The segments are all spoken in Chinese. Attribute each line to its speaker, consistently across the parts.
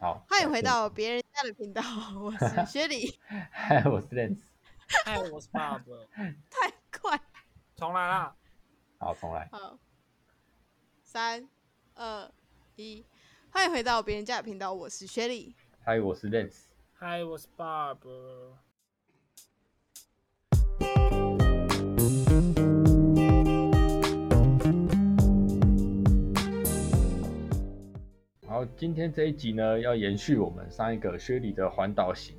Speaker 1: 好，
Speaker 2: 欢迎回到别人家的频道，我是 雪里，
Speaker 1: 嗨，我是 Lens，
Speaker 3: 嗨，我是 Bob，
Speaker 2: 太快，
Speaker 3: 重来啦！
Speaker 1: 好，重来。
Speaker 2: 好，三二一，欢迎回到别人家的频道，我是雪里，
Speaker 1: 嗨，我是 Lens。
Speaker 3: 嗨，我是 Bob。
Speaker 1: 然后今天这一集呢，要延续我们上一个薛里的环岛行，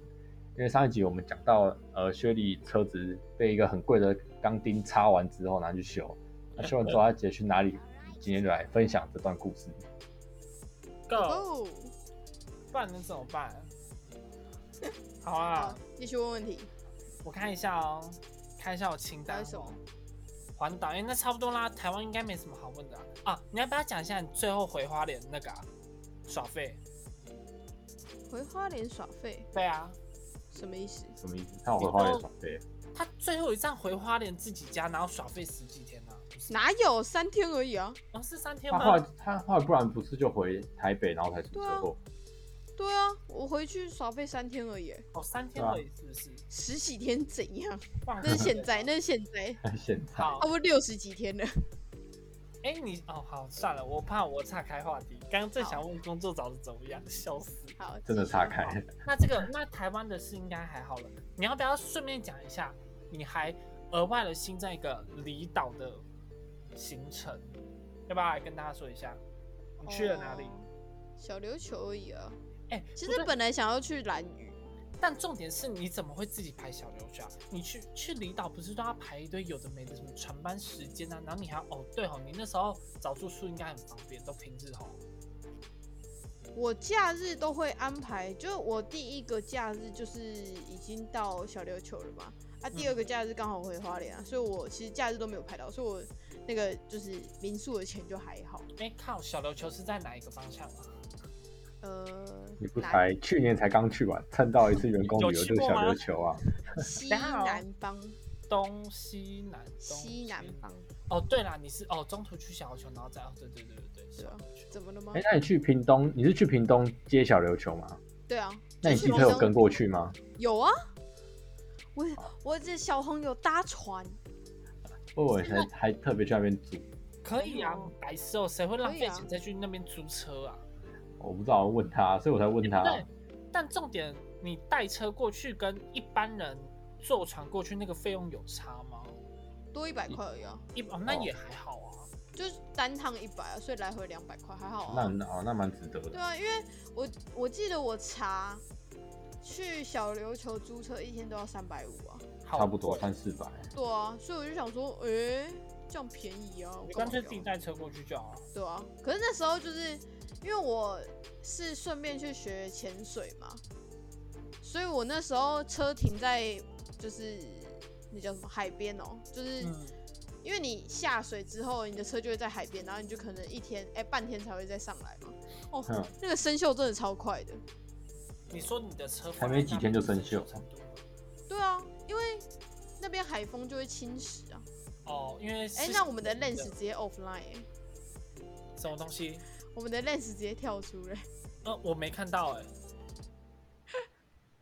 Speaker 1: 因为上一集我们讲到，呃，薛里车子被一个很贵的钢钉插完之后拿去修，那修完之后他直接去哪里？今天就来分享这段故事。
Speaker 3: Go，
Speaker 2: 哦，
Speaker 3: 不然能怎么办？好啊
Speaker 2: 好，，继续问问题，
Speaker 3: 我看一下哦，看一下我清单
Speaker 2: 还有什
Speaker 3: 哦
Speaker 2: 么。
Speaker 3: 环岛，因为那差不多啦，台湾应该没什么好问的啊。啊你要不要讲一下你最后回花莲那个、啊、耍费？
Speaker 2: 回花莲耍废
Speaker 3: 对啊，
Speaker 2: 什么意思？
Speaker 1: 什么意思？看我回花莲耍费，
Speaker 3: 他最后一站回花莲自己家，然后耍费十几天呢、啊？不是？
Speaker 2: 哪有三天而已啊？
Speaker 3: 哦，是三天
Speaker 1: 他
Speaker 3: 吗？
Speaker 1: 后来他后来不然不是就回台北，然后才出车祸。
Speaker 2: 对啊，我回去耍废三天而已，
Speaker 3: 哦，三天
Speaker 1: 啊
Speaker 3: 而已，是不是？
Speaker 2: 十几天怎样？
Speaker 3: 哇
Speaker 2: 那是现在，那是现在，
Speaker 1: 现在
Speaker 3: 好
Speaker 2: 差不多六十几天了。
Speaker 3: 哎、你哦，好，算了，我怕我岔开话题。刚刚正想问工作找的怎么样，笑死。
Speaker 2: 好，
Speaker 1: 真的
Speaker 2: 继续
Speaker 1: 岔开了。
Speaker 3: 那这个，那台湾的事应该还好了。你要不要顺便讲一下，你还额外的新增一个离岛的行程，要不要来跟大家说一下？你去了哪里？
Speaker 2: 哦小琉球而已啊。
Speaker 3: 哎、
Speaker 2: 其
Speaker 3: 不
Speaker 2: 实
Speaker 3: 对
Speaker 2: 本来想要去兰屿，
Speaker 3: 但重点是你怎么会自己排小琉球啊？你去去离岛不是都要排一堆有的没的什么船班时间啊？然后你还要哦对哦，你那时候找住宿应该很方便，都平日哦。
Speaker 2: 我假日都会安排，就我第一个假日就是已经到小琉球了嘛，啊，第二
Speaker 1: 嗯
Speaker 2: 个假日刚好回花莲啊，所以我其实假日都没有排到，所以我那个就是民宿的钱就还好。
Speaker 3: 哎、靠，小琉球是在哪一个方向啊？
Speaker 2: 呃，
Speaker 1: 你不
Speaker 2: 南
Speaker 1: 才去年才刚去完，蹭到一次员工旅游
Speaker 3: 有
Speaker 1: 就
Speaker 3: 去过
Speaker 1: 小
Speaker 3: 吗
Speaker 1: 琉球啊，
Speaker 2: 西
Speaker 3: 等一下哦
Speaker 2: 南方，
Speaker 3: 东西南，东
Speaker 2: 西南方
Speaker 3: 哦，对啦，你是哦，中途去小琉球，然后再哦，对对对对对，
Speaker 2: 对
Speaker 3: 小
Speaker 2: 啊
Speaker 3: 琉球。
Speaker 2: 怎么了吗
Speaker 1: 哎、？那你去屏东，你是去屏东接小琉球吗？
Speaker 2: 对啊，
Speaker 1: 那你
Speaker 2: 就是
Speaker 1: 机车
Speaker 2: 我
Speaker 1: 有跟过去吗？
Speaker 2: 有啊，我我这小红有搭船，
Speaker 1: 我我还还特别去那边住，
Speaker 3: 可以啊
Speaker 2: 没有，
Speaker 3: 白色谁会浪
Speaker 2: 可
Speaker 3: 费
Speaker 2: 以啊
Speaker 3: 钱再去那边租车啊？
Speaker 1: 我不知道，我问他，所以我才问他。
Speaker 3: 对，但重点，你带车过去跟一般人坐船过去那个费用有差吗？
Speaker 2: 多一百块而已啊，
Speaker 3: 一哦，那
Speaker 1: 哦
Speaker 3: 也还好啊。
Speaker 2: 就是单趟一百啊，所以来回两百块，还好啊。
Speaker 1: 那那哦，那蛮值得
Speaker 2: 对
Speaker 1: 的。
Speaker 2: 啊，因为我我记得我查去小琉球租车一天都要三百五啊。
Speaker 3: 好
Speaker 1: 差不多
Speaker 3: 贵
Speaker 1: 三四百，
Speaker 2: 对啊，所以我就想说，诶、这样便宜啊，我
Speaker 3: 你
Speaker 2: 干嘛
Speaker 3: 干脆
Speaker 2: 不
Speaker 3: 自己
Speaker 2: 要
Speaker 3: 带车过去就好了。
Speaker 2: 对啊，可是那时候就是因为我是顺便去学潜水嘛，所以我那时候车停在就是那叫什么海边哦、就是
Speaker 3: 嗯，
Speaker 2: 因为你下水之后，你的车就会在海边，然后你就可能一天哎、半天才会再上来嘛。哦，
Speaker 1: 嗯
Speaker 2: 那个生锈真的超快的。
Speaker 3: 你说你的车
Speaker 1: 还没几天就生锈
Speaker 3: 程度吗
Speaker 2: 对啊，因为那边海风就会侵蚀啊。
Speaker 3: 哦，因为
Speaker 2: 哎、
Speaker 3: 是
Speaker 2: 那我们的
Speaker 3: 你
Speaker 2: lens 直接 offline，、欸、
Speaker 3: 什么东西？
Speaker 2: 我们的 lens 直接跳出 来、
Speaker 3: 呃，我没看到哎、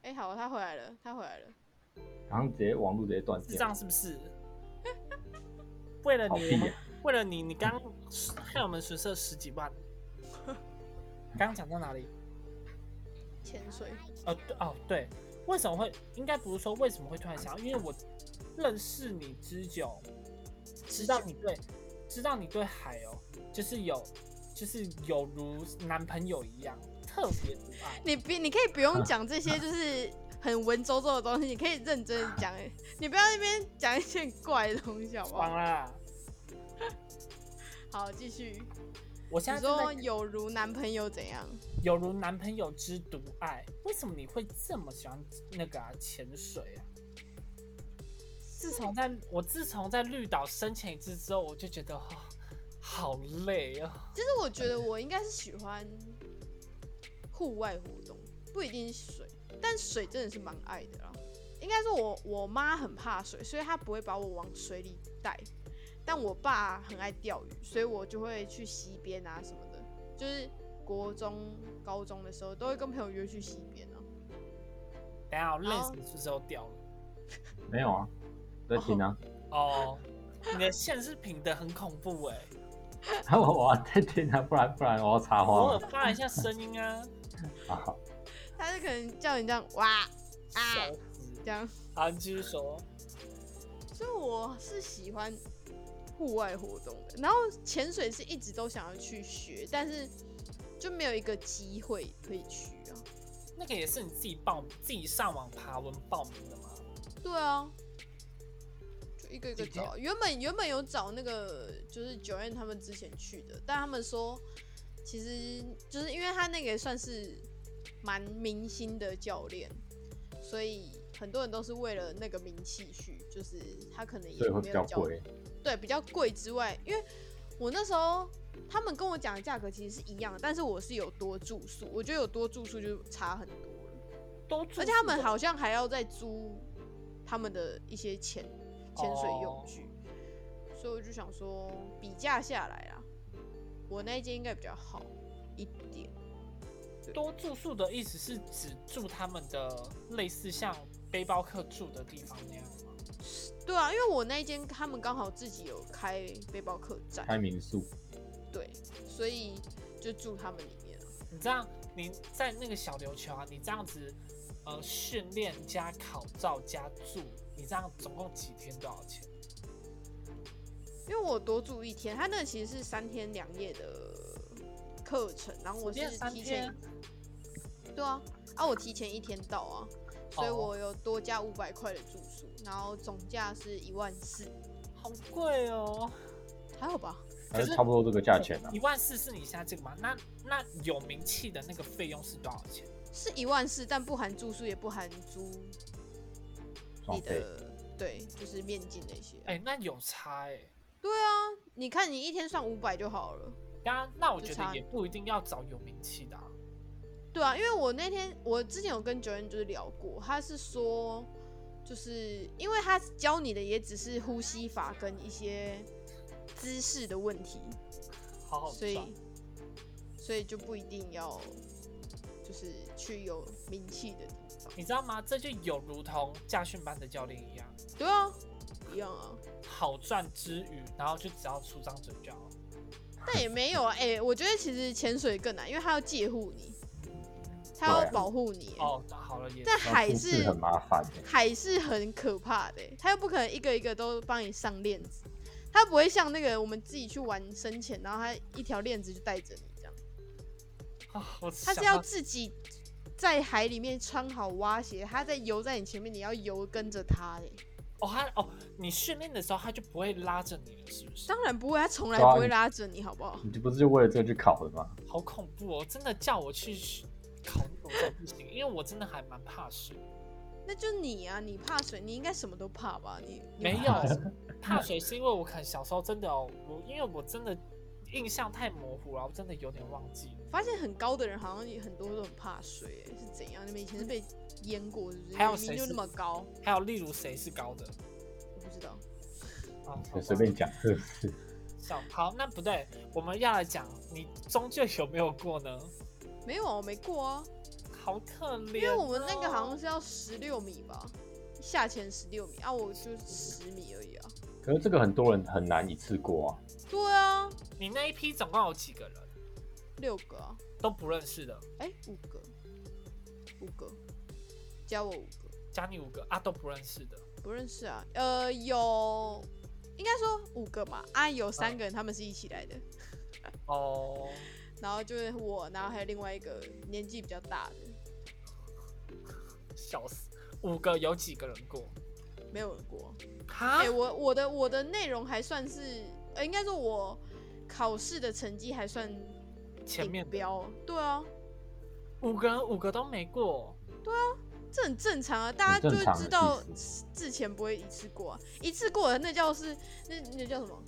Speaker 2: 哎、好，他回来了，他回来了。
Speaker 1: 然后直接网络直接断
Speaker 3: 智
Speaker 1: 电，
Speaker 3: 障是不是？ 为了
Speaker 1: 好
Speaker 3: 你，
Speaker 1: 屁啊
Speaker 3: 我们
Speaker 1: 呀、
Speaker 3: 为了你，你刚害我们损失了十几万。 刚刚讲到哪里？
Speaker 2: 潜水，
Speaker 3: 呃，对哦，对，为什么会？应该不是说为什么会突然想到，因为我认识你之久，知道你对，知道你对海哦，就是有，就是有如男朋友一样，特别不爱。
Speaker 2: 你别，你可以不用讲这些，就是很文绉绉的东西，你可以认真的讲、欸，你不要那边讲一些很怪的东西，好不
Speaker 3: 爽
Speaker 2: 好？
Speaker 3: 啦！
Speaker 2: 好，继续。
Speaker 3: 我现
Speaker 2: 你
Speaker 3: 在真
Speaker 2: 说
Speaker 3: 的
Speaker 2: 有如男朋友怎样？
Speaker 3: 有如男朋友之独爱，为什么你会这么喜欢那个啊潜水啊？自从在我自从在绿岛深潜一次之后，我就觉得哦，好累哦。
Speaker 2: 其实我觉得我应该是喜欢户外活动，不一定是水，但水真的是蛮爱的啦。应该说我我妈很怕水，所以她不会把我往水里带。但我爸很爱钓鱼，所以我就会去溪边啊什么的。就是国中高中的时候，都会跟朋友约去溪边啊。
Speaker 3: 等一下我
Speaker 2: 然
Speaker 3: 累
Speaker 2: 后
Speaker 3: 死是不是又掉了？
Speaker 1: 没有啊，在听啊，
Speaker 3: 哦，你的线是平的，很恐怖哎、
Speaker 1: 然后我要在听啊，不然不然我要插
Speaker 3: 偶
Speaker 1: 话
Speaker 3: 尔
Speaker 1: 了
Speaker 3: 发一下声音啊，
Speaker 1: 啊。好
Speaker 2: 他是可能叫你这样哇啊
Speaker 3: 笑死！
Speaker 2: 这样，
Speaker 3: 好，你继续说。
Speaker 2: 所以我是喜欢户外活动的。然后潜水是一直都想要去学，但是就没有一个机会可以去啊。
Speaker 3: 那个也是你自己报自己上网爬文报名的吗？
Speaker 2: 对啊，就一个一个
Speaker 3: 几天
Speaker 2: 找啊。原本原本有找那个就是九燕他们之前去的，但他们说其实就是因为他那个也算是蛮明星的教练，所以很多人都是为了那个名气去，就是他可能也
Speaker 1: 所以会
Speaker 2: 没
Speaker 1: 比
Speaker 2: 有
Speaker 1: 较
Speaker 2: 教
Speaker 1: 贵，
Speaker 2: 对，比较贵之外，因为我那时候他们跟我讲的价格其实是一样的，但是我是有多住宿，我觉得有多住宿就差很多了。
Speaker 3: 都住宿
Speaker 2: 而且他们好像还要再租他们的一些潜潜水
Speaker 3: 哦
Speaker 2: 用具，所以我就想说比价下来啦，我那一间应该比较好一点。
Speaker 3: 多住宿的意思是只住他们的类似像背包客住的地方那样吗？
Speaker 2: 对啊，因为我那一间他们刚好自己有开背包客栈，
Speaker 1: 开民宿，
Speaker 2: 对，所以就住他们里面了。
Speaker 3: 你这样你在那个小琉球啊，你这样子呃训练加考照加住，你这样总共几天多少钱？
Speaker 2: 因为我多住一天，他那个其实是三天两夜的课程，然嗯后我是
Speaker 3: 练三
Speaker 2: 提前
Speaker 3: 天，啊
Speaker 2: 对啊，啊我提前一天到啊，所以
Speaker 3: 哦
Speaker 2: 我有多加五百块的住宿，然后总价是一万四，
Speaker 3: 好贵哦。
Speaker 2: 还好吧？
Speaker 1: 还
Speaker 3: 可
Speaker 1: 是
Speaker 3: 是
Speaker 1: 差不多这个价钱啊
Speaker 3: 一。万四是你现在这个吗？那那有名气的那个费用是多少钱？
Speaker 2: 是一万四，但不含住宿，也不含租
Speaker 1: 双
Speaker 2: 你
Speaker 1: 倍，
Speaker 2: 的，对，就是面筋那些。
Speaker 3: 哎、那有差哎、
Speaker 2: 对啊，你看你一天算五百就好了。
Speaker 3: 当然，那我
Speaker 2: 就
Speaker 3: 觉
Speaker 2: 差
Speaker 3: 得也不一定要找有名气的、啊。
Speaker 2: 对啊，因为我那天我之前有跟九人就是聊过，他是说，就是因为他教你的也只是呼吸法跟一些姿势的问题，
Speaker 3: 好
Speaker 1: 哦
Speaker 3: 好
Speaker 2: 所以
Speaker 3: 赚。
Speaker 1: 啊
Speaker 2: 所以就不一定要就是去有名气的地方。
Speaker 3: 你知道吗？这就有如同驾训班的教练一样，
Speaker 2: 对啊，一样啊，
Speaker 3: 好赚之余，然后就只要出张嘴就好。
Speaker 2: 嗯但也没有啊。哎、我觉得其实潜水更难，因为他要戒护你，他
Speaker 1: 对
Speaker 2: 要
Speaker 1: 啊
Speaker 2: 保护你、
Speaker 3: 哦，那好了也
Speaker 2: 但
Speaker 1: 然后
Speaker 2: 海
Speaker 1: 出事
Speaker 2: 哎是
Speaker 1: 很麻烦欸
Speaker 2: 海是很可怕的欸，他又不可能一个一个都帮你上链子，他不会像那个我们自己去玩深潜，然后他一条链子就带着你这样，
Speaker 3: 哦，我
Speaker 2: 他
Speaker 3: 想
Speaker 2: 是要
Speaker 3: 到
Speaker 2: 自己在海里面穿好蛙鞋，他在游在你前面，你要游跟着他欸嘞。
Speaker 3: 哦，他哦，你训练的时候他就不会拉着你了，是不是？
Speaker 2: 当然不会，他从来
Speaker 1: 对啊
Speaker 2: 不会
Speaker 1: 你
Speaker 2: 拉着你，好不好？
Speaker 1: 你这不是就为了这个去考的吗？
Speaker 3: 好恐怖哦！真的叫我去考那种证不行，因为我真的还蛮怕水。
Speaker 2: 那就你啊，你怕水，你应该什么都怕吧？你你
Speaker 3: 没
Speaker 2: 怕水
Speaker 3: 有怕水是因为我可能小时候真的哦，我因为我真的印象太模糊了，我真的有点忘记了。
Speaker 2: 发现很高的人好像也很多都很怕水欸，是怎样？你们以前是被淹过是不是？
Speaker 3: 还有
Speaker 2: 明明
Speaker 3: 谁
Speaker 2: 就是那么高，
Speaker 3: 还有例如谁是高的
Speaker 2: 我不知道。
Speaker 3: 啊？
Speaker 1: 就随便讲，是不是？
Speaker 3: 笑。好，那不对，我们要来讲你终究有没有过呢？
Speaker 2: 没有啊，我没过啊。
Speaker 3: 好哦可怜、
Speaker 2: 因为我们那个好像。是要十六米吧，下潜十六米啊，我就十米而已啊。
Speaker 1: 可是这个很多人很难一次过啊。
Speaker 2: 对啊，
Speaker 3: 你那一批总共有几个人
Speaker 2: 六个啊，
Speaker 3: 都不认识的？
Speaker 2: 哎、五个，五个，加我五个，
Speaker 3: 加你五个啊，都不认识的。
Speaker 2: 不认识啊。呃，有，应该说五个嘛，啊，有三个人他们是一起来的，
Speaker 3: 哦，
Speaker 2: 然后就是我，然后还有另外一个年纪比较大的，
Speaker 3: 笑死！五个有几个人过？
Speaker 2: 没有人过。
Speaker 3: 哈
Speaker 2: 哎、我我的我的内容还算是，呃，应该说我考试的成绩还算
Speaker 3: 前面
Speaker 2: 顶
Speaker 3: 的
Speaker 2: 标，对啊。
Speaker 3: 五个人，五个都没过。
Speaker 2: 这很正常啊，大家就
Speaker 1: 很正常
Speaker 2: 会
Speaker 1: 啊
Speaker 2: 知道
Speaker 1: 其
Speaker 2: 之前不会一次过、啊，一次过的那叫是那那叫什么？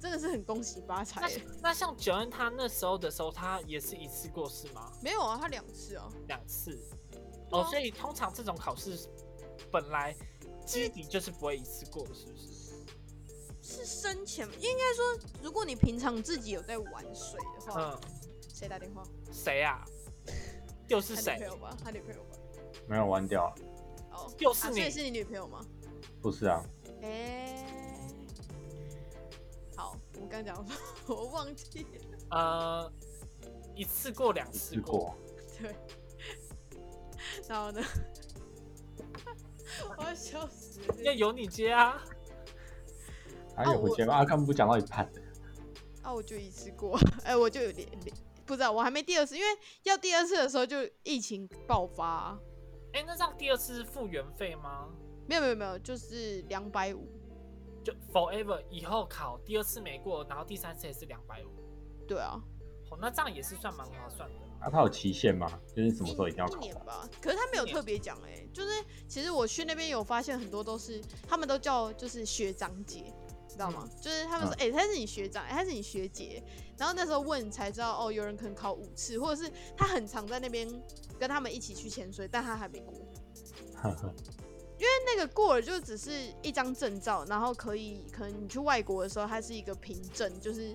Speaker 2: 真的是很恭喜发财
Speaker 3: 那
Speaker 2: 欸。
Speaker 3: 那像九恩他那时候的时候，他也是一次过是吗？
Speaker 2: 没有啊，他两次啊，
Speaker 3: 两次。
Speaker 2: 对
Speaker 3: 哦，
Speaker 2: 啊
Speaker 3: 所以通常这种考试本来基
Speaker 2: 嗯
Speaker 3: 底就是不会一次过的，是不是？
Speaker 2: 是深潜。应该说，如果你平常自己有在玩水的话，
Speaker 3: 嗯，
Speaker 2: 谁、打电话？
Speaker 3: 谁啊？又是
Speaker 2: 他女朋
Speaker 3: 谁？
Speaker 2: 友吧，他女朋友吧。
Speaker 1: 没有玩掉，
Speaker 2: 哦，
Speaker 3: 又是
Speaker 2: 啊
Speaker 3: 你
Speaker 2: 所以是你女朋友吗？
Speaker 1: 不是啊，
Speaker 2: 哎、好，我们刚讲到哪， 我忘记了。
Speaker 3: 呃，一次过两次
Speaker 1: 试过，
Speaker 2: 对，然后呢？ 我要笑死了！
Speaker 3: 要由你接啊。
Speaker 1: 还啊有
Speaker 2: 我
Speaker 1: 回去吗？阿康不讲到一半，
Speaker 2: 啊，我就一次过，哎、我就有点不知道，我还没第二次，因为要第二次的时候就疫情爆发啊、
Speaker 3: 哎、那这样第二次是付原费吗？
Speaker 2: 没有没有没有，就是两百五，
Speaker 3: 就 forever 以后考第二次没过，然后第三次也是两百五。
Speaker 2: 对啊，
Speaker 3: 哦，那这样也是算蛮划算的。
Speaker 1: 啊，它有期限吗？就是什么时候一定要
Speaker 2: 一
Speaker 1: 考啊
Speaker 2: 年
Speaker 1: 完？
Speaker 2: 吧？可是他没有
Speaker 3: 一年
Speaker 2: 特别讲哎，就是其实我去那边有发现很多都是他们都叫就是学长姐，你知道
Speaker 1: 嗯
Speaker 2: 吗？就是他们说哎、欸他是你学长，欸他是你学姐，然后那时候问才知道哦，有人可能考五次，或者是他很常在那边跟他们一起去潜水，但他还没过。那个过了就只是一张证照，然后可以可能你去外国的时候，它是一个凭证，就是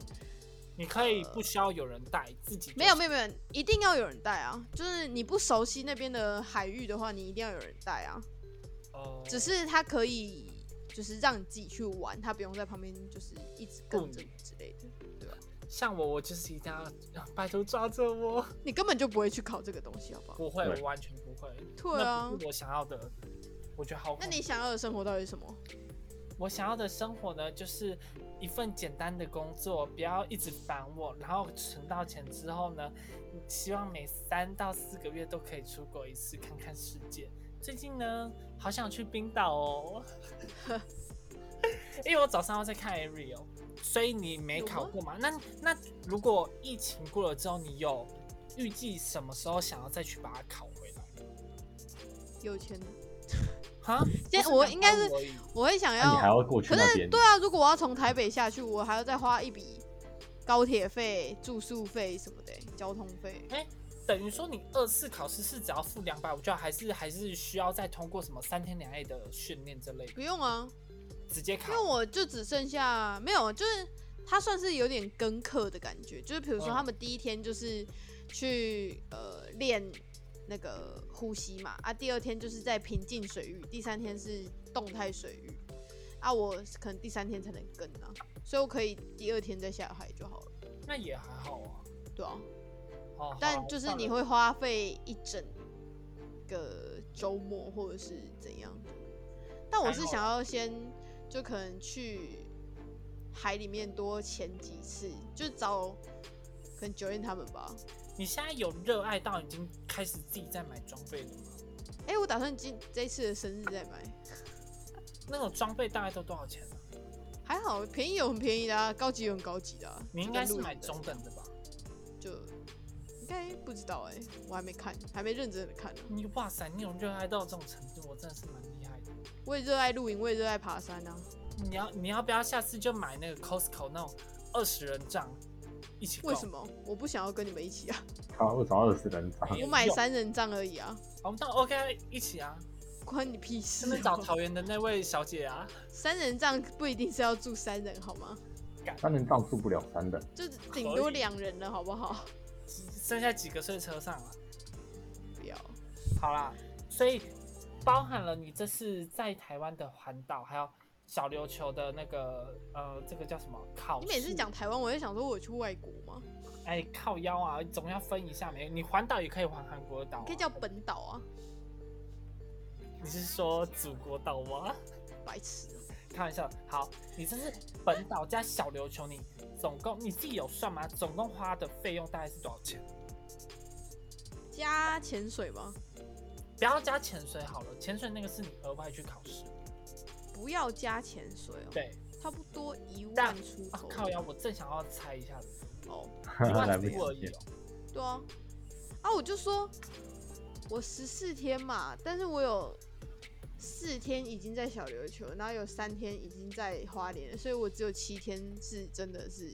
Speaker 3: 你可以不需要有人带，自己就
Speaker 2: 没有没有没有，一定要有人带啊！就是你不熟悉那边的海域的话，你一定要有人带啊。
Speaker 3: 哦，
Speaker 2: 只是它可以就是让你自己去玩，它不用在旁边就是一直跟着你之类的。
Speaker 3: 哦像我，我就是一定要呃拜托抓着我，
Speaker 2: 你根本就不会去考这个东西，好不好？
Speaker 3: 不会，
Speaker 1: 对
Speaker 3: 我完全不会，
Speaker 2: 对啊
Speaker 3: 那不，是我想要的，我觉得好恐怖。
Speaker 2: 那你想要的生活到底是什么？
Speaker 3: 我想要的生活呢，就是一份简单的工作，不要一直烦我，然后存到钱之后呢，希望每三到四个月都可以出国一次，看看世界。最近呢，好想去冰岛哦，因为我早上要在看 Ariel，所以你没考过嘛？那那如果疫情过了之后，你有预计什么时候想要再去把它考回来？
Speaker 2: 有钱的，
Speaker 3: 哈，
Speaker 2: 现
Speaker 3: 不
Speaker 2: 我
Speaker 3: 两
Speaker 2: 应该是
Speaker 3: 万五而已
Speaker 2: 我会想
Speaker 1: 那
Speaker 2: 要。
Speaker 1: 你还要过去
Speaker 2: 可
Speaker 1: 那
Speaker 2: 是
Speaker 1: 边
Speaker 2: 对？啊，如果我要从台北下去，我还要再花一笔高铁费、住宿费什么的、交通费。
Speaker 3: 等于说你二次考试是只要付两百五就好，还是还是需要再通过什么三天两夜的训练之类的，
Speaker 2: 不用啊，
Speaker 3: 直接考
Speaker 2: 因为？我就只剩下没有，就是它算是有点跟课的感觉，就是比如说
Speaker 3: 嗯
Speaker 2: 他们第一天就是去呃练那个呼吸嘛，啊，第二天就是在平静水域，第三天是动态水域，啊，我可能第三天才能跟啊，所以我可以第二天再下海就好了，
Speaker 3: 那也还好啊。
Speaker 2: 对啊，
Speaker 3: 哦，好
Speaker 2: 但
Speaker 3: 啊
Speaker 2: 就是
Speaker 3: 算了
Speaker 2: 你会花费一整个周末或者是怎样的。但我是想要先就可能去海里面多潜几次，就找可能九燕他们吧。
Speaker 3: 你现在有热爱到已经开始自己在买装备了吗？
Speaker 2: 哎、我打算今这一次的生日再买，
Speaker 3: 那种装备大概都多少钱啊？
Speaker 2: 还好便宜有很便宜的、啊，高级有很高级的、啊。
Speaker 3: 你
Speaker 2: 就
Speaker 3: 应该
Speaker 2: 跟
Speaker 3: 是
Speaker 2: 露营
Speaker 3: 买
Speaker 2: 的
Speaker 3: 中等的吧？
Speaker 2: 就应该不知道哎、我还没看，还没认真的看呢、
Speaker 3: 你哇塞，你有热爱到这种程度，我真的是蛮厉害的。
Speaker 2: 我也热爱露营，我也热爱爬山啊。
Speaker 3: 你要你要不要下次就买那个 Costco 那种二十人帐一起购？
Speaker 2: 为什么我不想要跟你们一起啊？
Speaker 1: 啊，为什么二十人张？
Speaker 3: 没有
Speaker 2: 我买
Speaker 3: 用？
Speaker 2: 三人帐而已啊。
Speaker 3: 我们到哦 OK 一起啊，
Speaker 2: 关你屁事
Speaker 3: 顺
Speaker 2: 哦、
Speaker 3: 便找桃园的那位小姐啊。
Speaker 2: 三人帐不一定是要住三人好吗？
Speaker 1: 三人帐住不了三人，
Speaker 2: 就顶多两人了好不好？
Speaker 3: 剩下几个睡车上了。
Speaker 2: 不要，
Speaker 3: 好啦，所以包含了你这次在台湾的环岛，还有小琉球的那个呃，这个叫什么考试？
Speaker 2: 你每次讲台湾，我就想说我有去外国吗？
Speaker 3: 哎靠腰啊，总要分一下没？你环岛也可以环韩国岛啊、
Speaker 2: 可以叫本岛啊，
Speaker 3: 你是说祖国岛吗？
Speaker 2: 白痴哦、
Speaker 3: 开玩笑，好，你这是本岛加小琉球，你总共你自己有算吗？总共花的费用大概是多少钱？
Speaker 2: 加潜水吗？
Speaker 3: 不要加潜水好了，潜水那个是你额外去考试。
Speaker 2: 不要加潜水哦、
Speaker 3: 对，
Speaker 2: 差不多一万
Speaker 3: 但
Speaker 2: 出
Speaker 3: 啊
Speaker 2: 头、
Speaker 3: 靠腰，我正想要猜一下子，
Speaker 2: 哦，
Speaker 3: 一
Speaker 1: 来
Speaker 3: 万
Speaker 1: 不及
Speaker 3: 出而已哦。
Speaker 2: 对啊，啊我就说我十四天嘛，但是我有。四天已经在小琉球，然后有三天已经在花莲了，所以我只有七天是真的是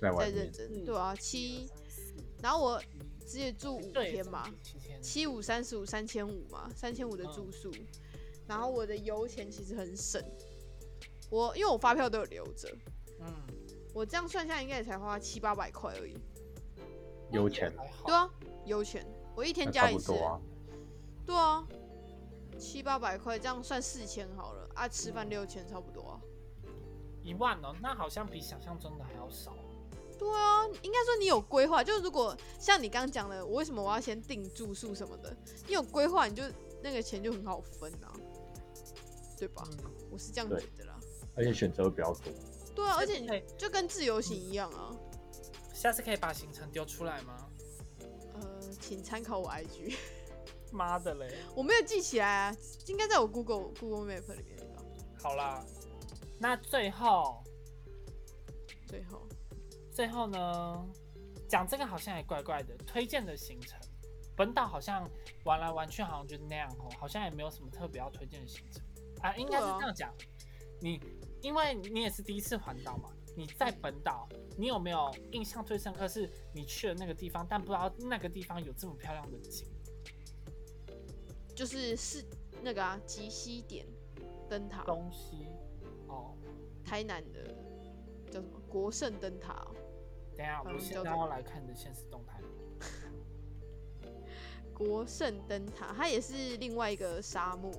Speaker 1: 在外
Speaker 2: 在认
Speaker 1: 面。
Speaker 2: 真，对啊，
Speaker 3: 一
Speaker 2: 七
Speaker 3: 二，三四
Speaker 2: 然后我只也住五
Speaker 3: 对
Speaker 2: 天嘛，，
Speaker 3: 七天。
Speaker 2: 七五三十五三千五嘛，三千五
Speaker 1: 嗯
Speaker 2: 的住宿，然后我的油钱其实很省，我因为我发票都有留着，
Speaker 3: 嗯，
Speaker 2: 我这样
Speaker 1: 哦
Speaker 2: 算下来应该也才花七八百块而已，
Speaker 1: 油钱
Speaker 3: 还好
Speaker 2: 对啊，油钱，我一天
Speaker 1: 那
Speaker 2: 加
Speaker 1: 差
Speaker 2: 一
Speaker 1: 不
Speaker 2: 次
Speaker 1: 多，啊。
Speaker 2: 对啊，七八百块这样算四千好了啊，吃饭六千差不多啊。
Speaker 3: 一万哦，那好像比想象中的还要少。
Speaker 2: 对啊，应该说你有规划，就是如果像你刚刚讲的，我为什么我要先订住宿什么的，你有规划，你就那个钱就很好分啊，对吧？
Speaker 3: 嗯，
Speaker 2: 我是这样
Speaker 1: 对
Speaker 2: 觉得啦。
Speaker 1: 而且选择会比较多。
Speaker 2: 对啊，而且
Speaker 3: 对
Speaker 2: 你就跟自由行一样啊。
Speaker 3: 下次可以把行程丢出来吗？
Speaker 2: 呃，请参考我 IG，
Speaker 3: 妈的嘞！
Speaker 2: 我没有记起来啊，应该在我 Google Google Map 里面吧。
Speaker 3: 好啦，那最后
Speaker 2: 最后，
Speaker 3: 最后呢，讲这个好像也怪怪的，推荐的行程，本岛好像玩来玩去好像就那样哦，好像也没有什么特别要推荐的行程啊，应该是
Speaker 2: 对啊
Speaker 3: 这样讲，你因为你也是第一次环岛嘛，你在本岛，你有没有印象最深刻是你去了那个地方，但不知道那个地方有这么漂亮的景？
Speaker 2: 就是是那个啊，极西点灯塔，
Speaker 3: 东西哦。
Speaker 2: 台南的叫什么国盛灯塔哦、
Speaker 3: 等一下，
Speaker 2: 嗯
Speaker 3: 我现在要来看你的现实动态。
Speaker 2: 国圣灯塔，它也是另外一个沙漠。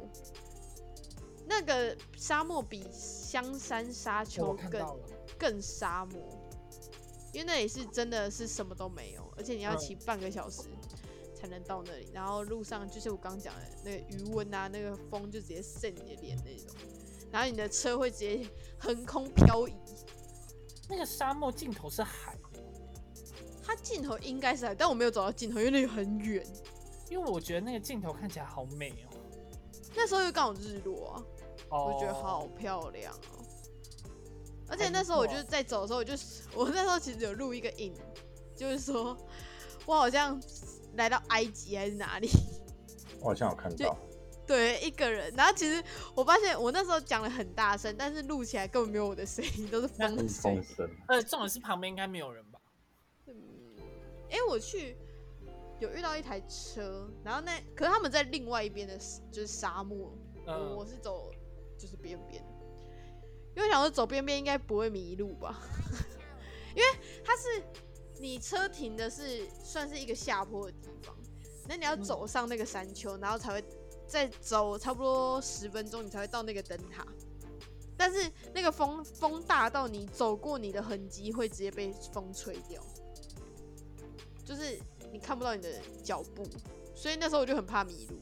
Speaker 2: 那个沙漠比香山沙丘
Speaker 3: 哦我看到
Speaker 2: 更
Speaker 3: 了，
Speaker 2: 更沙漠，因为那里是真的是什么都没有，而且你要
Speaker 3: 嗯
Speaker 2: 骑半个小时才能到那里。然后路上就是我刚讲的那个余温啊，那个风就直接晒你的脸那种，然后你的车会直接横空漂移。
Speaker 3: 那个沙漠尽头是海，
Speaker 2: 它尽头应该是海，但我没有走到尽头，因为那里很远。
Speaker 3: 因为我觉得那个镜头看起来好美哦。
Speaker 2: 那时候又刚好日落啊，
Speaker 3: 哦
Speaker 2: 我就觉得好漂亮哦。而且
Speaker 3: 还
Speaker 2: 那
Speaker 3: 不
Speaker 2: 时候我
Speaker 3: 错
Speaker 2: 就是在走的时候，我就是我那时候其实有录一个影，就是说 我好像来到埃及还是哪里，
Speaker 1: 我好像有看到，
Speaker 2: 对，一个人。然后其实我发现我那时候讲的很大声，但是录起来根本没有我的声音，嗯都是风的
Speaker 1: 是
Speaker 2: 声
Speaker 1: 风
Speaker 2: 音。
Speaker 1: 声，
Speaker 3: 呃，重点是旁边应该没有人吧？
Speaker 2: 哎、我去有遇到一台车，然后那可是他们在另外一边的，就是沙漠，
Speaker 3: 嗯
Speaker 2: 我是走就是边边，因为我想说走边边应该不会迷路吧， 因为它是你车停的是算是一个下坡的地方，那你要
Speaker 3: 嗯
Speaker 2: 走上那个山丘，然后才会再走差不多十分钟，你才会到那个灯塔。但是那个风风大到你走过你的痕迹会直接被风吹掉，就是你看不到你的脚步，所以那时候我就很怕迷路。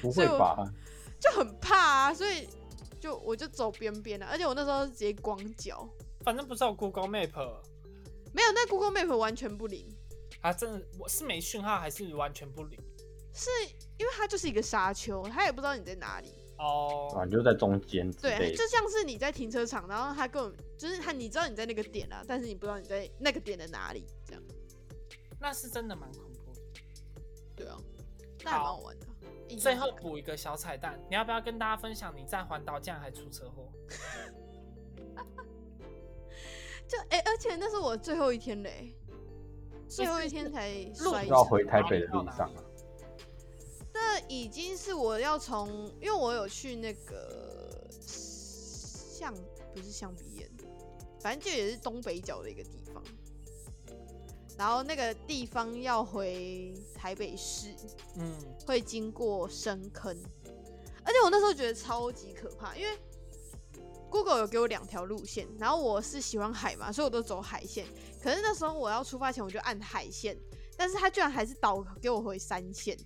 Speaker 1: 不
Speaker 2: 所
Speaker 1: 会
Speaker 2: 以我
Speaker 1: 吧？
Speaker 2: 就很怕啊，所以就我就走边边了，啊而且我那时候是直接光脚，
Speaker 3: 反正不是有 Google Map
Speaker 2: 没有那 Google Map 完全不灵，
Speaker 3: 啊，真的我是没讯号还是完全不灵？
Speaker 2: 是因为它就是一个沙丘，它也不知道你在哪里，
Speaker 1: 啊，
Speaker 3: 哦，
Speaker 1: 你就在中间之
Speaker 2: 对，啊
Speaker 1: 类的
Speaker 2: 就。像是你在停车场，然后它根本就是它，你知道你在那个点啊，但是你不知道你在那个点的哪里，这样，
Speaker 3: 那是真的蛮恐怖的。
Speaker 2: 对啊，那还蛮
Speaker 3: 好
Speaker 2: 好玩的。印象
Speaker 3: 最
Speaker 2: 深
Speaker 3: 后
Speaker 2: 刻
Speaker 3: 补一个小彩蛋，你要不要跟大家分享你在环岛竟然还出车祸？
Speaker 2: 就哎、而且那是我最后一天嘞，最后一天才摔
Speaker 1: 要
Speaker 2: 车
Speaker 1: 回台北的路上啊，
Speaker 2: 那已经是我要从，因为我有去那个象，不是象鼻岩，反正就也是东北角的一个地方。然后那个地方要回台北市，
Speaker 3: 嗯，
Speaker 2: 会经过深坑，而且我那时候觉得超级可怕，因为 Google 有给我两条路线，然后我是喜欢海嘛，所以我都走海线。可是那时候我要出发前我就按海线，但是它居然还是导给我回山线，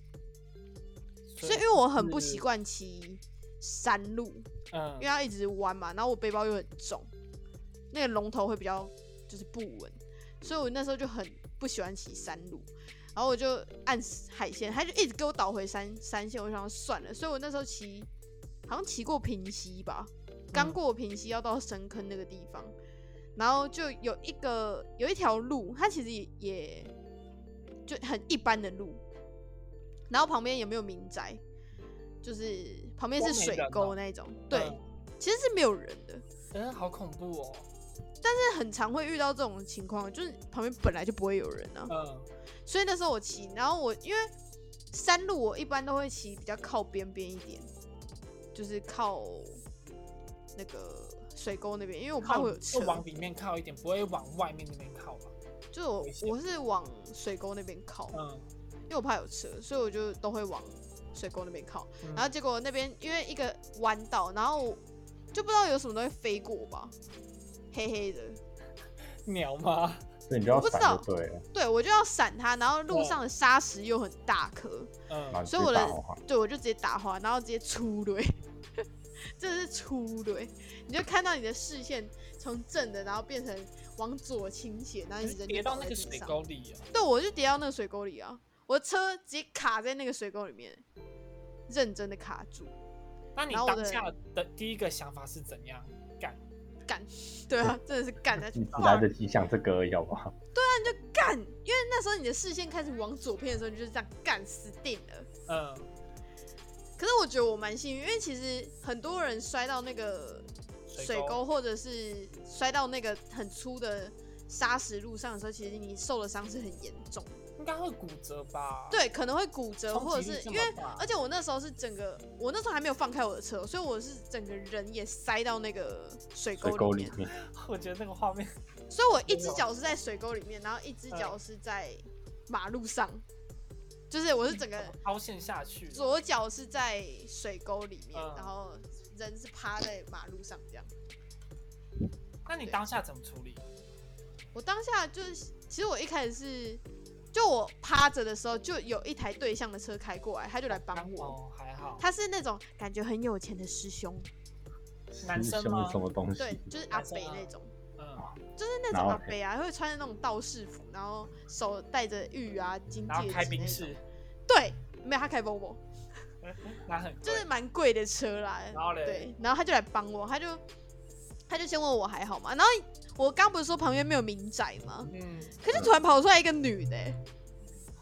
Speaker 2: 所
Speaker 3: 所
Speaker 2: 以因为嗯我很不习，惯骑山路，
Speaker 3: 嗯
Speaker 2: 因为，它一直弯嘛，然后我背包又很重，那个龙头会比较就是不稳，所以我那时候就很不喜欢骑山路，然后我就按海线，它就一直给我倒回山山线，我想说算了，所以我那时候骑好像骑过平溪吧，刚
Speaker 3: 嗯
Speaker 2: 过平溪要到深坑那个地方，然后就有一个有一条路，它其实也也就很一般的路，然后旁边也没有民宅，就是旁边是
Speaker 3: 都没
Speaker 2: 水
Speaker 3: 人
Speaker 2: 沟
Speaker 3: 哦
Speaker 2: 那一种，对
Speaker 3: 嗯，
Speaker 2: 其实是没有人的，
Speaker 3: 嗯，好恐怖哦，
Speaker 2: 但是很常会遇到这种情况，就是旁边本来就不会有人啊，
Speaker 3: 嗯，
Speaker 2: 所以那时候我骑，然后我因为山路哦我一般都会骑比较靠边边一点，就是靠那个水沟那边，因为我怕
Speaker 3: 靠
Speaker 2: 会有车
Speaker 3: 就，往里面靠一点，不会往外面那边靠吧？
Speaker 2: 就是我我是往水沟那边靠，
Speaker 3: 嗯，
Speaker 2: 因为我怕有车，所以我就都会往水沟那边靠。
Speaker 3: 嗯
Speaker 2: 然后结果那边因为一个弯道，然后我就不知道有什么东西飞过吧，黑黑的，
Speaker 3: 鸟吗？
Speaker 1: 所以你就要
Speaker 2: 我不知
Speaker 1: 闪
Speaker 2: 道
Speaker 1: 就对了，
Speaker 2: 对我就要闪它，然后路
Speaker 3: 对
Speaker 2: 上的砂石又很大颗，
Speaker 1: 然后
Speaker 3: 嗯
Speaker 1: 你
Speaker 2: 所以
Speaker 1: 就
Speaker 2: 我的
Speaker 1: 打滑
Speaker 2: 对我就直接打滑，然后直接出雷， 真的是出雷，你就看到你的视线从正的，然后变成往左倾斜，然后
Speaker 3: 你
Speaker 2: 你
Speaker 3: 是
Speaker 2: 人
Speaker 3: 跌
Speaker 2: 就
Speaker 3: 到
Speaker 2: 倒
Speaker 3: 那
Speaker 2: 在
Speaker 3: 个
Speaker 2: 地
Speaker 3: 水
Speaker 2: 上。
Speaker 3: 沟里啊？
Speaker 2: 对，我就跌到那个水沟里啊，我的车直接卡在那个水沟里面，认真的卡住。
Speaker 3: 那你
Speaker 2: 然后我
Speaker 3: 当
Speaker 2: 的
Speaker 3: 下的第一个想法是怎样？干，
Speaker 2: 干，对啊，真的是干下去
Speaker 1: 你，只
Speaker 2: 哇
Speaker 1: 来得及想这个而已，好不好？
Speaker 2: 干！因为那时候你的视线开始往左偏的时候，你就是这样干，死定了。
Speaker 3: 嗯，
Speaker 2: 可是我觉得我蛮幸运，因为其实很多人摔到那个水
Speaker 3: 沟，
Speaker 2: 沟，或者是摔到那个很粗的砂石路上的时候，其实你受的伤是很严重的，
Speaker 3: 应该会骨折吧？，
Speaker 2: 对，可能会骨折，
Speaker 3: 冲
Speaker 2: 或者
Speaker 3: 击力
Speaker 2: 是
Speaker 3: 这
Speaker 2: 因
Speaker 3: 么
Speaker 2: 为
Speaker 3: 大
Speaker 2: 而且我那时候是整个，我那时候还没有放开我的车，所以我是整个人也塞到那个水
Speaker 1: 水
Speaker 2: 沟
Speaker 1: 沟
Speaker 2: 里
Speaker 1: 里
Speaker 2: 面，
Speaker 1: 面，
Speaker 3: 我觉得那个画面，
Speaker 2: 所以我一
Speaker 3: 真的
Speaker 2: 只
Speaker 3: 哦
Speaker 2: 脚是在水沟里面，然后一只
Speaker 3: 嗯
Speaker 2: 脚是在马路上，就是我是整个
Speaker 3: 凹陷下去，
Speaker 2: 左脚是在水沟里面，
Speaker 3: 嗯
Speaker 2: 然后人是趴在马路上这样。
Speaker 3: 那你当下怎么处理？
Speaker 2: 我当下就是，其实我一开始是，就我趴着的时候，就有一台对向的车开过来，他就来帮我。
Speaker 3: 哦，还好，
Speaker 2: 他是那种感觉很有钱的师兄，
Speaker 3: 男
Speaker 1: 师
Speaker 3: 生
Speaker 1: 兄
Speaker 3: 吗
Speaker 1: 是什么东西？
Speaker 2: 对，就是阿
Speaker 3: 男生
Speaker 2: 北
Speaker 3: 啊
Speaker 2: 那种，
Speaker 3: 嗯，
Speaker 2: 就是那
Speaker 1: 然
Speaker 2: 种
Speaker 1: 后
Speaker 2: 阿北啊，会穿着那种道士服，然后手戴着玉啊、金
Speaker 3: 然
Speaker 2: 戒
Speaker 3: 后
Speaker 2: 指
Speaker 3: 开
Speaker 2: 那
Speaker 3: 宾
Speaker 2: 种
Speaker 3: 士，
Speaker 2: 对，没有他开 Volvo，
Speaker 3: 那很贵
Speaker 2: 就是蛮贵的车啦。
Speaker 3: 然后嘞
Speaker 2: 对，然后他就来帮我，他就他就先问我还好吗？然后我刚不是说旁边没有民宅吗？
Speaker 3: 嗯，
Speaker 2: 可是突然跑出来一个女的欸、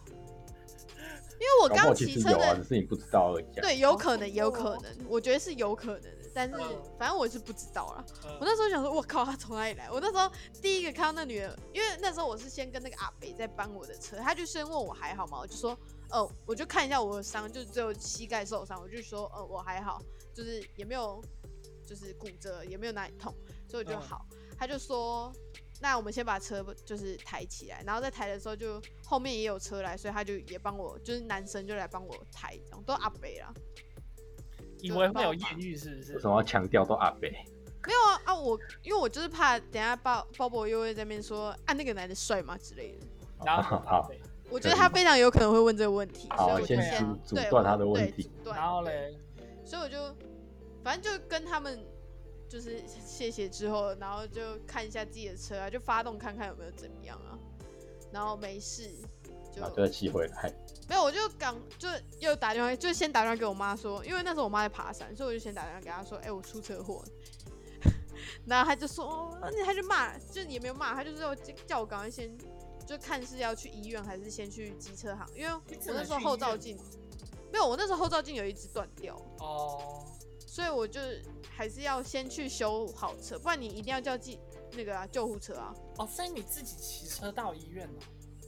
Speaker 2: 因为我
Speaker 1: 搞不好
Speaker 2: 刚
Speaker 1: 其
Speaker 2: 骑
Speaker 1: 实
Speaker 2: 车
Speaker 1: 有啊，
Speaker 2: 的
Speaker 1: 只，是你不知道而已啊。
Speaker 2: 对，有可能，有可能，我觉得是有可能的，但是
Speaker 3: 嗯
Speaker 2: 反正我是不知道啦。
Speaker 3: 嗯
Speaker 2: 我那时候想说，我靠，她从哪里来？我那时候第一个看到那女的，因为那时候我是先跟那个阿北在搬我的车，他就先问我还好吗？我就说，呃，我就看一下我的伤，就只有膝盖受伤，我就说，呃，我还好，就是也没有，就是骨折，也没有哪里痛，所以我就
Speaker 3: 嗯
Speaker 2: 好。他就说，那我们先把车就是抬起来，然后在抬的时候就后面也有车来，所以他就也帮我，就是男生就来帮我抬，这样都阿北啦。
Speaker 3: 以为会有艳遇是不是
Speaker 1: 为什？么要强调都阿 北？
Speaker 2: 没有啊啊！我因为我就是怕等一下鲍鲍勃又会在那边说啊那个男的帅吗之类的。
Speaker 3: 然 后
Speaker 1: 好，
Speaker 2: 我觉得他非常有可能会问这个问题，所以
Speaker 1: 好
Speaker 2: 我就
Speaker 1: 哦先
Speaker 2: 先
Speaker 1: 阻阻
Speaker 2: 对
Speaker 1: 断他的问
Speaker 2: 对
Speaker 1: 题
Speaker 2: 阻断
Speaker 3: 然后嘞，
Speaker 2: 所以我就反正就跟他们就是谢谢之后，然后就看一下自己的车啊，就发动看看有没有怎么样啊，然后没事就
Speaker 1: 然后就再骑回来。
Speaker 2: 没有，我就刚就又打电话，就先打电话给我妈说，因为那时候我妈在爬山，所以我就先打电话给她说，哎、我出车祸了。 然后她就说，哦，那她就骂，就也没有骂，她就是要叫我赶快先，就看是要去医院还是先去机车行，因为我
Speaker 3: 你只能
Speaker 2: 那时候
Speaker 3: 去医
Speaker 2: 后照
Speaker 3: 院
Speaker 2: 镜没有，我那时候后照镜有一只断掉，
Speaker 3: 哦，
Speaker 2: 所以我就还是要先去修好车，不然你一定要叫记那个啊救护车啊。
Speaker 3: 哦，所以你自己骑车到医院哦，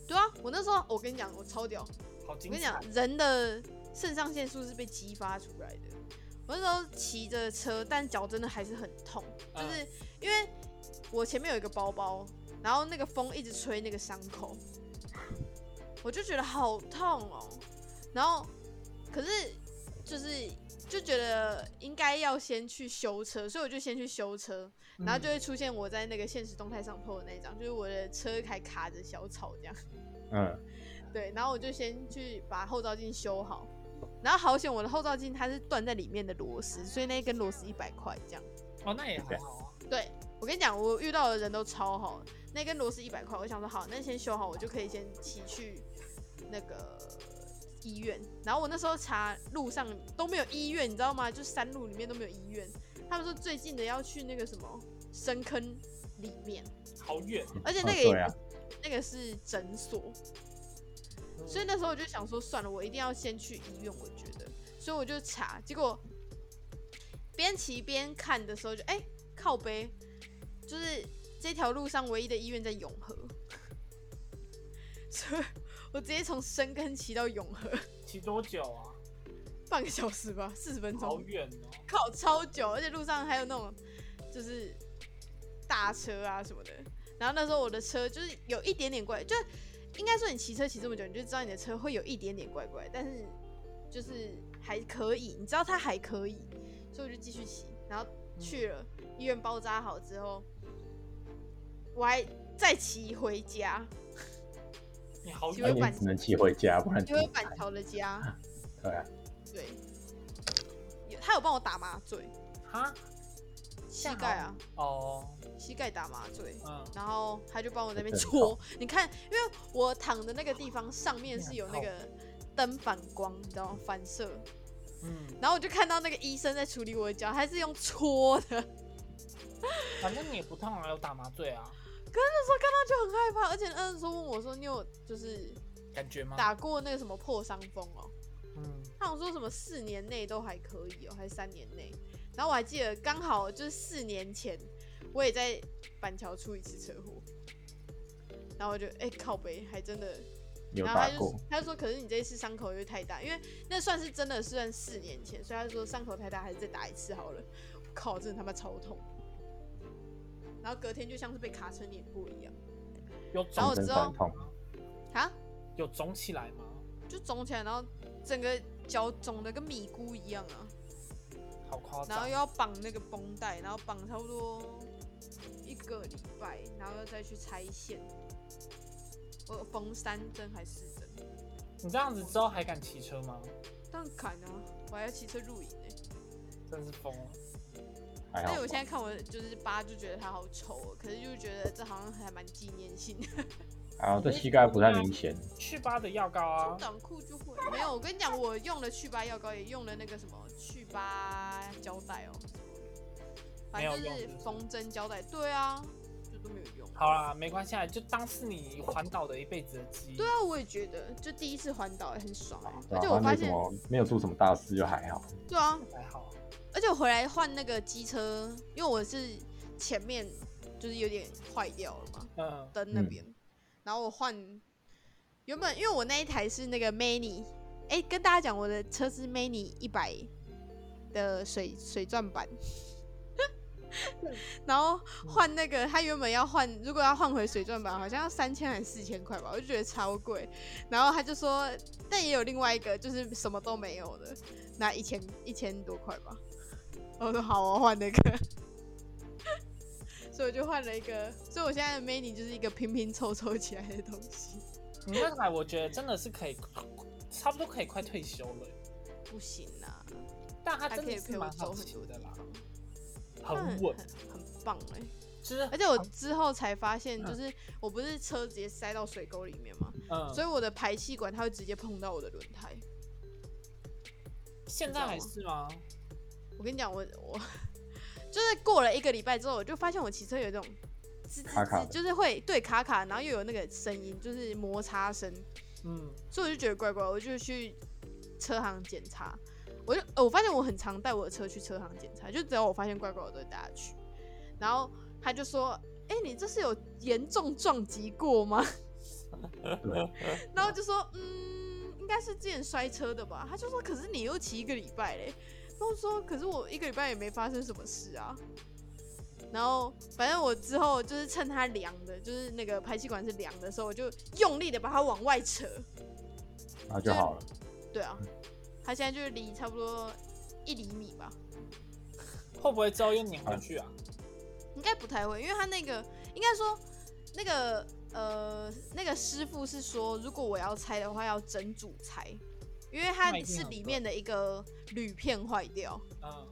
Speaker 2: 对啊，我那时候我跟你讲，我超屌，
Speaker 3: 好精
Speaker 2: 我跟你
Speaker 3: 彩
Speaker 2: 讲，，人的肾上腺素是被激发出来的。我那时候骑着车，但脚真的还是很痛，就
Speaker 3: 嗯
Speaker 2: 是因为我前面有一个包包，然后那个风一直吹那个伤口，我就觉得好痛哦。然后，可是就是就觉得应该要先去修车，所以我就先去修车，然后就会出现我在那个现实动态上 PO 的那一张，就是我的车还卡着小草这样。
Speaker 1: 嗯，
Speaker 2: 对，然后我就先去把后照镜修好，然后好险我的后照镜它是断在里面的螺丝，所以那一根螺丝一百块这样。
Speaker 3: 哦，那也还好啊，
Speaker 2: 对我跟你讲，我遇到的人都超好，那根螺丝一百块，我想说好，那先修好，我就可以先骑去那个医院。然后我那时候查路上都没有医院，你知道吗？就山路里面都没有医院，他们说最近的要去那个什么深坑里面，
Speaker 3: 好远，
Speaker 2: 而且
Speaker 1: 嗯哦
Speaker 2: 那个也
Speaker 1: 对啊
Speaker 2: 不是、那个是诊所。所以那时候我就想说，算了，我一定要先去医院。我觉得，所以我就查，结果边骑边看的时候就，哎、靠背，就是这条路上唯一的医院在永和，所以我直接从深坑骑到永和，
Speaker 3: 骑多久啊？
Speaker 2: 半个小时吧，四十分
Speaker 3: 好
Speaker 2: 钟，
Speaker 3: 远哦，
Speaker 2: 靠，超久，而且路上还有那种就是大车啊什么的，然后那时候我的车就是有一点点怪，就应该说你骑车骑这么久，你就知道你的车会有一点点怪怪，但是就是还可以，你知道它还可以，所以我就继续骑，然后去了、医院包扎好之后，我还再骑回家，
Speaker 3: 你好
Speaker 2: 其
Speaker 1: 那
Speaker 2: 实
Speaker 3: 远
Speaker 1: 你哎只能骑回家，不然
Speaker 2: 就会板桥的家，
Speaker 1: 对啊，
Speaker 2: 对，有他有帮我打麻醉，
Speaker 3: 哈
Speaker 2: 膝盖啊，
Speaker 3: 哦，
Speaker 2: 膝盖打麻醉，
Speaker 3: 嗯，
Speaker 2: 然后他就帮我在那边
Speaker 1: 真好
Speaker 2: 搓。你看，因为我躺的那个地方上面是有那个灯反光，你知道吗？反射。
Speaker 3: 嗯，
Speaker 2: 然后我就看到那个医生在处理我的脚，他是用搓的，
Speaker 3: 反正你也不痛啊，有打麻醉啊，
Speaker 2: 那时候看到就很害怕。而且那时候问我说：“你有就是
Speaker 3: 感觉吗？
Speaker 2: 打过那个什么破伤风哦？”
Speaker 3: 嗯，
Speaker 2: 他好像说什么四年内都还可以哦，还是三年内？然后我还记得刚好就是四年前，我也在板桥出一次车祸，然后我就哎、靠北，还真的。
Speaker 1: 有
Speaker 2: 然后他
Speaker 1: 打
Speaker 2: 就
Speaker 1: 过，
Speaker 2: 他就说，可是你这一次伤口又太大，因为那算是真的是算四年前，所以他就说伤口太大，还是再打一次好了。靠，真的他妈超痛。然后隔天就像是被卡车碾过一样，
Speaker 3: 有
Speaker 2: 然后
Speaker 3: 肿
Speaker 2: 我
Speaker 1: 真
Speaker 2: 之
Speaker 1: 酸
Speaker 2: 后
Speaker 1: 痛，
Speaker 2: 啊，
Speaker 3: 有肿起来吗？
Speaker 2: 就肿起来，然后整个脚肿的跟米糊一样啊。
Speaker 3: 好夸
Speaker 2: 然后
Speaker 3: 张
Speaker 2: 又，要绑那个绷带，然后绑差不多一个礼拜，然后再去拆线。我有缝三针还是四针？
Speaker 3: 你这样子之后还敢骑车吗？
Speaker 2: 但砍啊，我还要骑车露营欸呢、
Speaker 3: 真是疯了，
Speaker 1: 还
Speaker 2: 而
Speaker 1: 好
Speaker 2: 且我。现在看我就是疤，就觉得它好丑哦，可是就觉得这好像还蛮纪念性的。
Speaker 1: 啊，这膝盖不太明显，
Speaker 3: 去疤的药膏啊，
Speaker 2: 短裤就会没有，我跟你讲，我用了去疤药膏，也用了那个什么去疤胶带哦，反正
Speaker 3: 没
Speaker 2: 就
Speaker 3: 有
Speaker 2: 是
Speaker 3: 用是不是
Speaker 2: 缝针胶带。对啊，就都没有用。
Speaker 3: 好啦，没关系啊，就当是你环岛的一辈子的记忆。
Speaker 2: 对啊，我也觉得，就第一次环岛也很爽
Speaker 1: 对
Speaker 2: 哎、而
Speaker 1: 啊
Speaker 2: 且我
Speaker 1: 反
Speaker 2: 发
Speaker 1: 正没什
Speaker 2: 现，
Speaker 1: 么，没有出什么大事就还好。
Speaker 2: 对啊，
Speaker 3: 还好，
Speaker 2: 而且我回来换那个机车，因为我是前面就是有点坏掉了嘛，
Speaker 3: 嗯，
Speaker 2: 灯那边，然后我换原本因为我那一台是那个 Mini，哎、跟大家讲我的车是 Mini 一百的水水钻版。然后换那个，他原本要换，如果要换回水钻版，好像要三千还是四千块吧，我就觉得超贵。然后他就说，但也有另外一个，就是什么都没有的，那一千一千多块吧。我说好，我换那个，所以我就换了一个，所以我现在的 mini 就是一个拼拼凑凑起来的东西。
Speaker 3: 你那台我觉得真的是可以，差不多可以快退休了，
Speaker 2: 不行啊，
Speaker 3: 但它
Speaker 2: 还
Speaker 3: 真
Speaker 2: 可以
Speaker 3: 的是
Speaker 2: 陪我
Speaker 3: 蛮
Speaker 2: 走
Speaker 3: 好
Speaker 2: 很
Speaker 3: 骑
Speaker 2: 多地
Speaker 3: 的啦
Speaker 2: 方，，
Speaker 3: 很
Speaker 2: 很
Speaker 3: 稳，嗯
Speaker 2: 很棒哎、
Speaker 3: 就是
Speaker 2: 而且我之后才发现，就是我不是车直接塞到水沟里面嘛，
Speaker 3: 嗯，
Speaker 2: 所以我的排气管它会直接碰到我的轮胎。
Speaker 3: 现在还是吗？
Speaker 2: 我跟你讲，我我就是过了一个礼拜之后，我就发现我骑车有一种吱吱吱
Speaker 1: 卡卡的
Speaker 2: 就是会对卡卡，然后又有那个声音，就是摩擦声，
Speaker 3: 嗯，
Speaker 2: 所以我就觉得怪怪，我就去车行检查。我就、呃我发现我很常带我的车去车行检查，就只要我发现怪怪，我都会带他去。然后他就说：“哎、你这是有严重撞击过吗？”
Speaker 1: 对，
Speaker 2: 然后就说，嗯，应该是之前摔车的吧。他就说，可是你又骑一个礼拜嘞。然后我说，可是我一个礼拜也没发生什么事啊。然后反正我之后就是趁它凉的，就是那个排气管是凉的时候，我就用力的把它往外扯。
Speaker 1: 那就好了。
Speaker 2: 对啊，它现在就是离差不多一厘米吧，
Speaker 3: 会不会之后又粘回去啊？
Speaker 2: 应该不太会，因为它那个应该说那个呃那个师傅是说，如果我要拆的话要整组拆，因为它
Speaker 3: 那一定
Speaker 2: 是
Speaker 3: 很
Speaker 2: 里
Speaker 3: 贵
Speaker 2: 面的一个铝片坏掉。
Speaker 3: 嗯，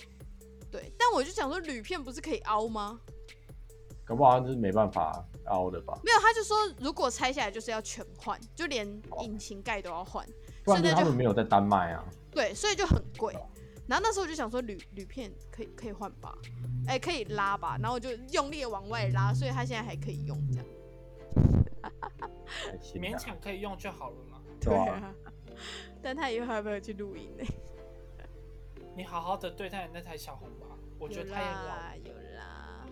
Speaker 2: 对，但我就想说铝片不是可以凹吗？
Speaker 1: 搞不好他就是没办法凹的吧？
Speaker 2: 没有，他就说如果拆下来就是要全换，就连引擎盖都要换。
Speaker 1: 不然就是
Speaker 2: 现在就
Speaker 1: 他们没有在丹麦啊。
Speaker 2: 对，所以就很贵。然后那时候我就想说铝铝片可以可以换吧，哎、可以拉吧，然后我就用力的往外拉，所以它现在还可以用这样。
Speaker 1: 还行
Speaker 3: 勉
Speaker 1: 啊，
Speaker 3: 强可以用就好了啦。
Speaker 1: 对啊，
Speaker 2: 啊， 但他以后还要不要去露营呢？
Speaker 3: 你好好的对待你那台小红吧，我觉
Speaker 2: 有
Speaker 3: 得它也很好。
Speaker 2: 啦有啦，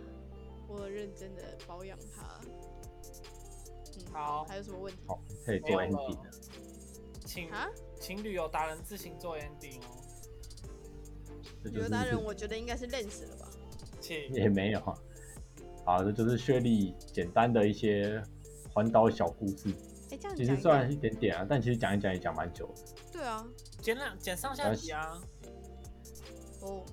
Speaker 2: 我有认真的保养它。嗯，
Speaker 3: 好
Speaker 2: 还有什么问题
Speaker 1: 好，可以做
Speaker 3: 没有了
Speaker 1: ending 了。
Speaker 3: 请
Speaker 2: 啊？
Speaker 3: 请旅游达人自行做 ending 哦，
Speaker 1: 这就
Speaker 2: 有
Speaker 1: 是
Speaker 2: 达人，我觉得应该是认识了吧。
Speaker 3: 请
Speaker 1: 也没有啊。好，这就是薛丽简单的一些环岛小故事。
Speaker 2: 哎，这样
Speaker 1: 其
Speaker 2: 讲
Speaker 1: 实
Speaker 2: 应
Speaker 1: 虽然
Speaker 2: 该
Speaker 1: 一点点啊，但其实讲一讲也讲蛮久的。
Speaker 2: 对啊，
Speaker 3: 剪两剪上下集啊，
Speaker 2: 哦，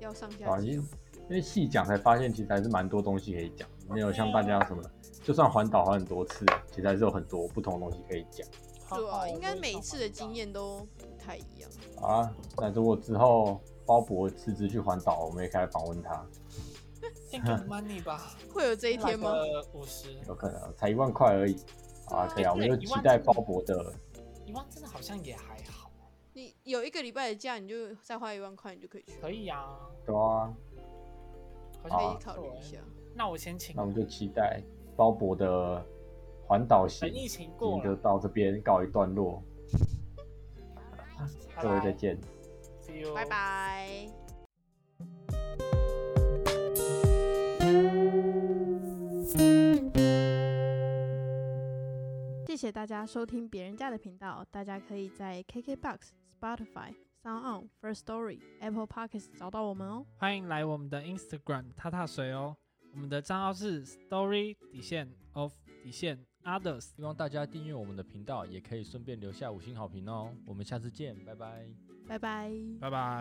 Speaker 2: 要上下
Speaker 1: 啊，
Speaker 2: 集
Speaker 1: 因为因为细讲才发现，其实还是蛮多东西可以讲，没有像大
Speaker 2: 啊
Speaker 1: 家什么，就算环岛环很多次，其实还是有很多不同的东西可以讲。
Speaker 3: 好
Speaker 2: 对
Speaker 3: 好
Speaker 2: 啊，应该
Speaker 3: 我也
Speaker 2: 每一
Speaker 3: 想
Speaker 2: 次的
Speaker 3: 环岛
Speaker 2: 经验都不太一样。
Speaker 1: 好啊，那如果之后包博辞职去环岛，我们也可以来访问他，
Speaker 3: 先给 money 吧，
Speaker 2: 会有这一天吗？？
Speaker 3: 五十，
Speaker 1: 有可能才一万块而已。好啊，
Speaker 2: 哦
Speaker 1: 可以啊，我们就期待包博的。
Speaker 3: 一万真的好像也还好，
Speaker 2: 你有一个礼拜的假，你就再花一万块，你就可以去了，
Speaker 3: 可以啊，
Speaker 1: 对啊，
Speaker 3: 好像
Speaker 2: 可
Speaker 1: 好
Speaker 2: 以
Speaker 1: 啊
Speaker 2: 考虑一下。
Speaker 3: 那我先请
Speaker 1: 那我们就期待包博的环岛行
Speaker 3: 等疫情
Speaker 1: 今
Speaker 3: 过
Speaker 1: 天就
Speaker 3: 了，
Speaker 1: 到这边告一段落，
Speaker 3: 拜
Speaker 1: 各位再
Speaker 3: 拜
Speaker 1: 见。
Speaker 3: ，see you，
Speaker 2: 拜拜。谢谢大家收听别人家的频道，大家可以在 KKBox、Spotify、Sound On、First Story、Apple Podcasts 找到我们哦。
Speaker 3: 欢迎来我们的 Instagram 踏踏水哦，我们的账号是 Story 底线 of 底线 Others。
Speaker 4: 希望大家订阅我们的频道，也可以顺便留下五星好评哦。我们下次见，拜拜。
Speaker 2: 拜拜。
Speaker 5: 拜拜。